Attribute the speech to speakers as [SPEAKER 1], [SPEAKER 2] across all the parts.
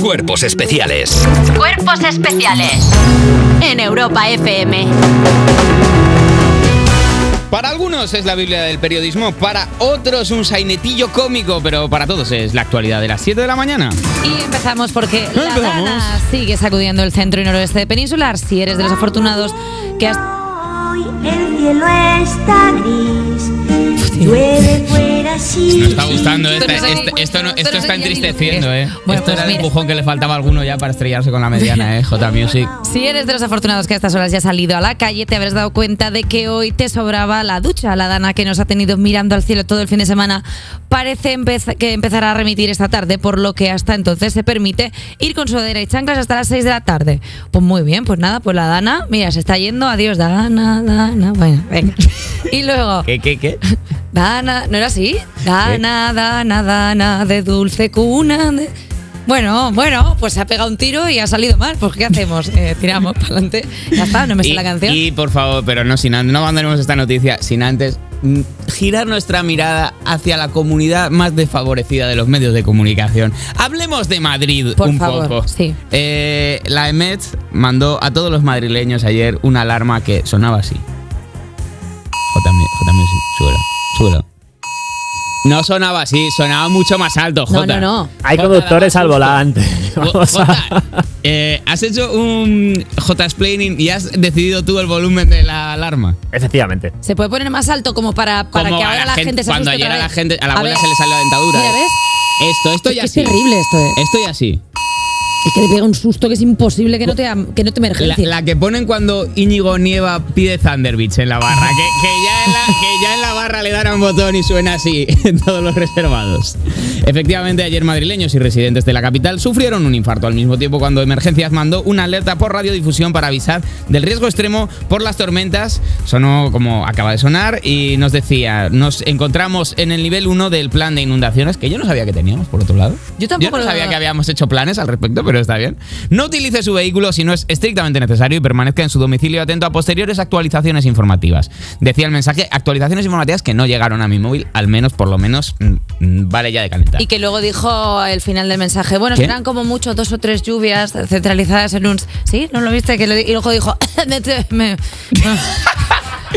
[SPEAKER 1] Cuerpos especiales.
[SPEAKER 2] Cuerpos especiales en Europa FM.
[SPEAKER 3] Para algunos es la Biblia del periodismo, para otros un sainetillo cómico, pero para todos es la actualidad de las 7 de la mañana.
[SPEAKER 4] Y empezamos porque la
[SPEAKER 3] Empezamos.
[SPEAKER 4] Habana sigue sacudiendo el centro y noroeste de peninsular. Si eres de los afortunados que has...
[SPEAKER 5] Hoy el cielo está gris, llueve fuera sí.
[SPEAKER 3] Me está gustando,
[SPEAKER 4] Esto
[SPEAKER 3] esta-
[SPEAKER 4] no sabía-
[SPEAKER 3] este- esto, no-
[SPEAKER 4] esto
[SPEAKER 3] esto
[SPEAKER 4] no
[SPEAKER 3] está
[SPEAKER 4] sabía ni lo que
[SPEAKER 3] entristeciendo,
[SPEAKER 4] es.
[SPEAKER 3] ¿eh?
[SPEAKER 4] Bueno,
[SPEAKER 3] esto
[SPEAKER 4] pues
[SPEAKER 3] era el
[SPEAKER 4] mira.
[SPEAKER 3] empujón que le faltaba a alguno ya para estrellarse con la mediana, ¿eh? J Music.
[SPEAKER 4] Si eres de los afortunados que a estas horas ya has salido a la calle, te habrás dado cuenta de que hoy te sobraba la ducha. La dana que nos ha tenido mirando al cielo todo el fin de semana parece empez- que empezará a remitir esta tarde, por lo que hasta entonces se permite ir con sudadera y chanclas hasta las 6 de la tarde. Pues muy bien, pues nada, pues la dana, mira, se está yendo. Adiós, dana, dana. Bueno, venga. Y luego...
[SPEAKER 3] ¿Qué, qué, qué?
[SPEAKER 4] Dana, ¿no era así? Dana, dana, dana, de dulce cuna. de- Bueno, bueno, pues se ha pegado un tiro y ha salido mal. Pues ¿qué hacemos? Eh, tiramos para adelante. Ya está, no me sé
[SPEAKER 3] y,
[SPEAKER 4] la canción.
[SPEAKER 3] y, por favor, pero no sin antes, no abandonemos esta noticia sin antes mm, girar nuestra mirada hacia la comunidad más desfavorecida de los medios de comunicación. Hablemos de Madrid
[SPEAKER 4] Por
[SPEAKER 3] un
[SPEAKER 4] favor,
[SPEAKER 3] poco.
[SPEAKER 4] sí.
[SPEAKER 3] Eh, la EMET mandó a todos los madrileños ayer una alarma que sonaba así. J Music, súbelo, súbelo. No sonaba así, sonaba mucho más alto,
[SPEAKER 4] no,
[SPEAKER 3] Jota.
[SPEAKER 4] no, no.
[SPEAKER 6] Hay
[SPEAKER 3] Jota,
[SPEAKER 6] conductores
[SPEAKER 3] dame
[SPEAKER 6] al
[SPEAKER 3] susto.
[SPEAKER 6] volante. Vamos a-
[SPEAKER 3] Jota, eh, has hecho un J-Splaining y has decidido tú el volumen de la alarma.
[SPEAKER 6] Efectivamente.
[SPEAKER 4] Se puede poner más alto como para, para
[SPEAKER 3] Como
[SPEAKER 4] que
[SPEAKER 3] a
[SPEAKER 4] ahora la gente, se
[SPEAKER 3] Cuando
[SPEAKER 4] asuste
[SPEAKER 3] ayer
[SPEAKER 4] otra
[SPEAKER 3] a la
[SPEAKER 4] vez.
[SPEAKER 3] gente, a la
[SPEAKER 4] A
[SPEAKER 3] abuela
[SPEAKER 4] ver,
[SPEAKER 3] se le salió la dentadura.
[SPEAKER 4] Mira,
[SPEAKER 3] eh.
[SPEAKER 4] ¿ves?
[SPEAKER 3] Esto, esto
[SPEAKER 4] Es
[SPEAKER 3] ya
[SPEAKER 4] que es
[SPEAKER 3] así.
[SPEAKER 4] terrible esto, eh.
[SPEAKER 3] Esto ya así.
[SPEAKER 4] Es que le pega un susto que es imposible que no te, am- que no te
[SPEAKER 3] La,
[SPEAKER 4] emergencie.
[SPEAKER 3] la que ponen cuando Íñigo Nieva pide Thunder Beach en la barra. Que, que ya en la, que ya en la barra le dan a un botón y suena así en todos los reservados. Efectivamente, ayer madrileños y residentes de la capital sufrieron un infarto al mismo tiempo cuando Emergencias mandó una alerta por radiodifusión para avisar del riesgo extremo por las tormentas. Sonó como acaba de sonar y nos decía, nos encontramos en el nivel 1 del plan de inundaciones, que yo no sabía que teníamos, por otro lado.
[SPEAKER 4] Yo tampoco
[SPEAKER 3] no
[SPEAKER 4] lo-
[SPEAKER 3] sabía que había habíamos hecho planes al respecto, pero está bien. No utilice su vehículo si no es estrictamente necesario y permanezca en su domicilio atento a posteriores actualizaciones informativas. Decía el mensaje, actualizaciones informativas que no llegaron a mi móvil, al menos, por lo menos, mm, mm, vale ya de calentar.
[SPEAKER 4] Y que luego dijo el final del mensaje, bueno,
[SPEAKER 3] ¿Qué?
[SPEAKER 4] serán como mucho dos o tres lluvias centralizadas en un... ¿Sí? ¿No lo viste? Que lo di- y luego dijo... me- me-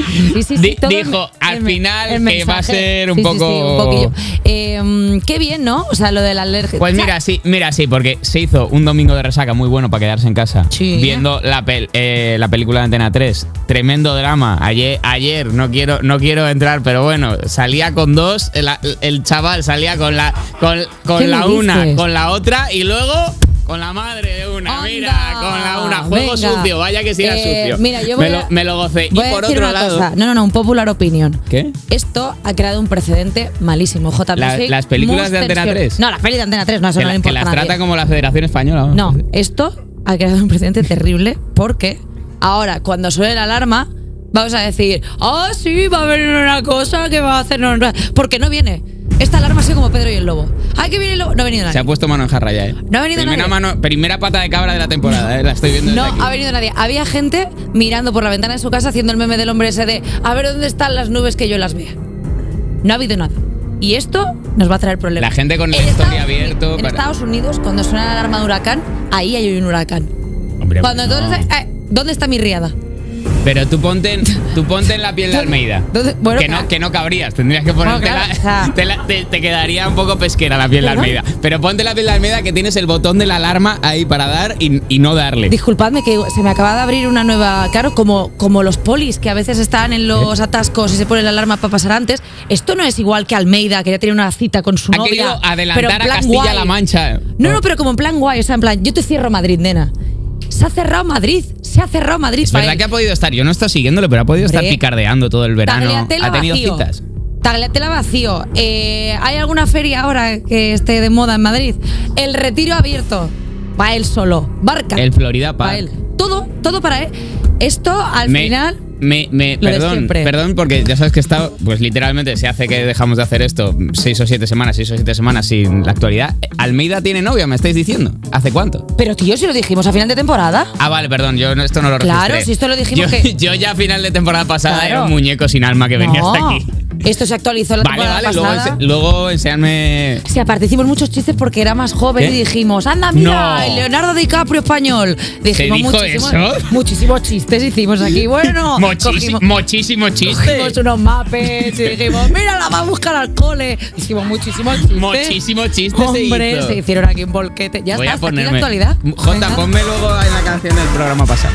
[SPEAKER 4] Sí, sí, sí,
[SPEAKER 3] Di-
[SPEAKER 4] todo el-
[SPEAKER 3] dijo al
[SPEAKER 4] me-
[SPEAKER 3] final
[SPEAKER 4] el
[SPEAKER 3] que
[SPEAKER 4] mensaje.
[SPEAKER 3] va a ser un
[SPEAKER 4] Sí, sí, sí,
[SPEAKER 3] poco-
[SPEAKER 4] un poquillo. Eh, mm, qué bien, ¿no? O sea, lo de la alergia.
[SPEAKER 3] Pues mira, sí, mira, sí, porque se hizo un domingo de resaca muy bueno para quedarse en casa.
[SPEAKER 4] Sí.
[SPEAKER 3] Viendo la, pel- eh, la película de Antena 3. Tremendo drama. Ayer, ayer no, quiero, no quiero entrar, pero bueno, salía con dos. El, el chaval salía con la, con,
[SPEAKER 4] ¿Qué
[SPEAKER 3] con la
[SPEAKER 4] me
[SPEAKER 3] una,
[SPEAKER 4] dices?
[SPEAKER 3] con la otra y luego. Con la madre de una,
[SPEAKER 4] Anda,
[SPEAKER 3] mira, con la una, juego
[SPEAKER 4] venga.
[SPEAKER 3] sucio, vaya que sí era
[SPEAKER 4] Eh,
[SPEAKER 3] sucio.
[SPEAKER 4] Mira, yo voy
[SPEAKER 3] me, lo,
[SPEAKER 4] a-
[SPEAKER 3] me lo gocé.
[SPEAKER 4] voy
[SPEAKER 3] y
[SPEAKER 4] a
[SPEAKER 3] por
[SPEAKER 4] decir
[SPEAKER 3] otro
[SPEAKER 4] una
[SPEAKER 3] lado,
[SPEAKER 4] cosa. No, no, no, un popular opinion.
[SPEAKER 3] ¿Qué?
[SPEAKER 4] Esto ha creado un precedente malísimo. J.
[SPEAKER 3] La-
[SPEAKER 4] Music,
[SPEAKER 3] las películas de
[SPEAKER 4] Monsters
[SPEAKER 3] Antena
[SPEAKER 4] Hero.
[SPEAKER 3] 3.
[SPEAKER 4] No, las pelis de Antena 3, no, eso
[SPEAKER 3] que,
[SPEAKER 4] no
[SPEAKER 3] la-
[SPEAKER 4] le
[SPEAKER 3] que
[SPEAKER 4] importa a
[SPEAKER 3] las
[SPEAKER 4] nadie.
[SPEAKER 3] trata como la Federación Española. vamos.
[SPEAKER 4] No, esto ha creado un precedente terrible porque ahora, cuando suene la alarma, vamos a decir, ah, sí, va a venir una cosa que va a hacer... no, no", Porque no viene. Esta alarma ha sido como Pedro y el Lobo. ¡Ay, que viene el Lobo! No ha venido
[SPEAKER 3] Se
[SPEAKER 4] nadie.
[SPEAKER 3] ha puesto mano en jarra ya, ¿eh?
[SPEAKER 4] No ha venido
[SPEAKER 3] primera,
[SPEAKER 4] nadie.
[SPEAKER 3] mano- primera pata de cabra de la temporada, ¿eh? La estoy viendo
[SPEAKER 4] No
[SPEAKER 3] desde aquí.
[SPEAKER 4] ha venido nadie. Había gente mirando por la ventana de su casa haciendo el meme del hombre ese de a ver dónde están las nubes que yo las vea. No ha habido nada. Y esto nos va a traer problemas.
[SPEAKER 3] La gente con el
[SPEAKER 4] En
[SPEAKER 3] story
[SPEAKER 4] Estados Unidos-
[SPEAKER 3] abierto
[SPEAKER 4] En
[SPEAKER 3] para-
[SPEAKER 4] Estados Unidos, cuando suena la alarma de huracán, ahí hay un huracán.
[SPEAKER 3] Hombre,
[SPEAKER 4] Cuando
[SPEAKER 3] bueno.
[SPEAKER 4] entonces, eh, ¿Dónde está mi riada?
[SPEAKER 3] Pero tú ponte, en, tú ponte en la piel de Almeida.
[SPEAKER 4] ¿Dónde- bueno,
[SPEAKER 3] que, no,
[SPEAKER 4] claro.
[SPEAKER 3] que no cabrías, tendrías que ponerte
[SPEAKER 4] Bueno, claro,
[SPEAKER 3] la-
[SPEAKER 4] o sea.
[SPEAKER 3] te, la- te- te quedaría un poco pesquera la piel de
[SPEAKER 4] Pero-
[SPEAKER 3] Almeida. Pero ponte la piel de Almeida que tienes el botón de la alarma ahí para dar y, y no darle.
[SPEAKER 4] Disculpadme que se me acaba de abrir una nueva. Claro, como, como los polis que a veces están en los atascos y se pone la alarma para pasar antes. Esto no es igual que Almeida, que ya tiene una cita con su
[SPEAKER 3] Ha
[SPEAKER 4] novia.
[SPEAKER 3] querido
[SPEAKER 4] pero en
[SPEAKER 3] adelantar a
[SPEAKER 4] plan
[SPEAKER 3] Castilla-La
[SPEAKER 4] guay.
[SPEAKER 3] Mancha. Ah.
[SPEAKER 4] No, no, pero como en plan guay, o sea, en plan, yo te cierro Madrid, nena. Se ha cerrado Madrid, se ha cerrado Madrid.
[SPEAKER 3] Es verdad
[SPEAKER 4] Pael.
[SPEAKER 3] que ha podido estar, yo no he estado siguiéndolo, pero ha podido estar
[SPEAKER 4] Hombre.
[SPEAKER 3] picardeando todo el verano.
[SPEAKER 4] Tagliatella
[SPEAKER 3] Ha tenido
[SPEAKER 4] vacío.
[SPEAKER 3] citas.
[SPEAKER 4] Tagliatella vacío. Eh, ¿Hay alguna feria ahora que esté de moda en Madrid? El retiro abierto. Va él solo. Barca.
[SPEAKER 3] El Florida
[SPEAKER 4] Pa'
[SPEAKER 3] Park.
[SPEAKER 4] él. Todo, todo para él. Esto al
[SPEAKER 3] me,
[SPEAKER 4] final.
[SPEAKER 3] me- me-
[SPEAKER 4] lo de
[SPEAKER 3] perdón,
[SPEAKER 4] siempre.
[SPEAKER 3] perdón, porque ya sabes que he estado, pues literalmente se hace que dejamos de hacer esto seis o siete semanas, seis o siete semanas sin la actualidad. Almeida tiene novia, me estáis diciendo. ¿Hace cuánto?
[SPEAKER 4] Pero tío, si lo dijimos a final de temporada.
[SPEAKER 3] Ah, vale, perdón, yo no- esto no lo
[SPEAKER 4] Claro,
[SPEAKER 3] registré.
[SPEAKER 4] si esto lo dijimos
[SPEAKER 3] yo,
[SPEAKER 4] que-
[SPEAKER 3] Yo ya a final de temporada pasada
[SPEAKER 4] Claro.
[SPEAKER 3] era un muñeco sin alma que venía
[SPEAKER 4] No.
[SPEAKER 3] hasta aquí.
[SPEAKER 4] Esto se actualizó la
[SPEAKER 3] Vale,
[SPEAKER 4] temporada
[SPEAKER 3] vale, luego,
[SPEAKER 4] pasada.
[SPEAKER 3] ense- luego enséñame.
[SPEAKER 4] Sí, aparte hicimos muchos chistes porque era más joven
[SPEAKER 3] ¿Qué?
[SPEAKER 4] y dijimos, anda, mira,
[SPEAKER 3] ¿Eh? No.
[SPEAKER 4] el Leonardo DiCaprio español. Dijimos
[SPEAKER 3] dijo
[SPEAKER 4] muchísimos,
[SPEAKER 3] eso?
[SPEAKER 4] muchísimos chistes hicimos aquí. Bueno,
[SPEAKER 3] Muchísimo,
[SPEAKER 4] cogimos,
[SPEAKER 3] muchísimo
[SPEAKER 4] cogimos
[SPEAKER 3] chiste.
[SPEAKER 4] unos mapes y dijimos, mira, la va a buscar al cole. Hicimos muchísimos chistes.
[SPEAKER 3] Muchísimos chistes se
[SPEAKER 4] Hombre, se,
[SPEAKER 3] hizo.
[SPEAKER 4] hicieron aquí un volquete. Ya
[SPEAKER 3] Voy
[SPEAKER 4] está,
[SPEAKER 3] a
[SPEAKER 4] hasta aquí
[SPEAKER 3] ponerme.
[SPEAKER 4] la actualidad.
[SPEAKER 3] Jota,
[SPEAKER 4] Venga.
[SPEAKER 3] ponme luego en la canción del programa pasado.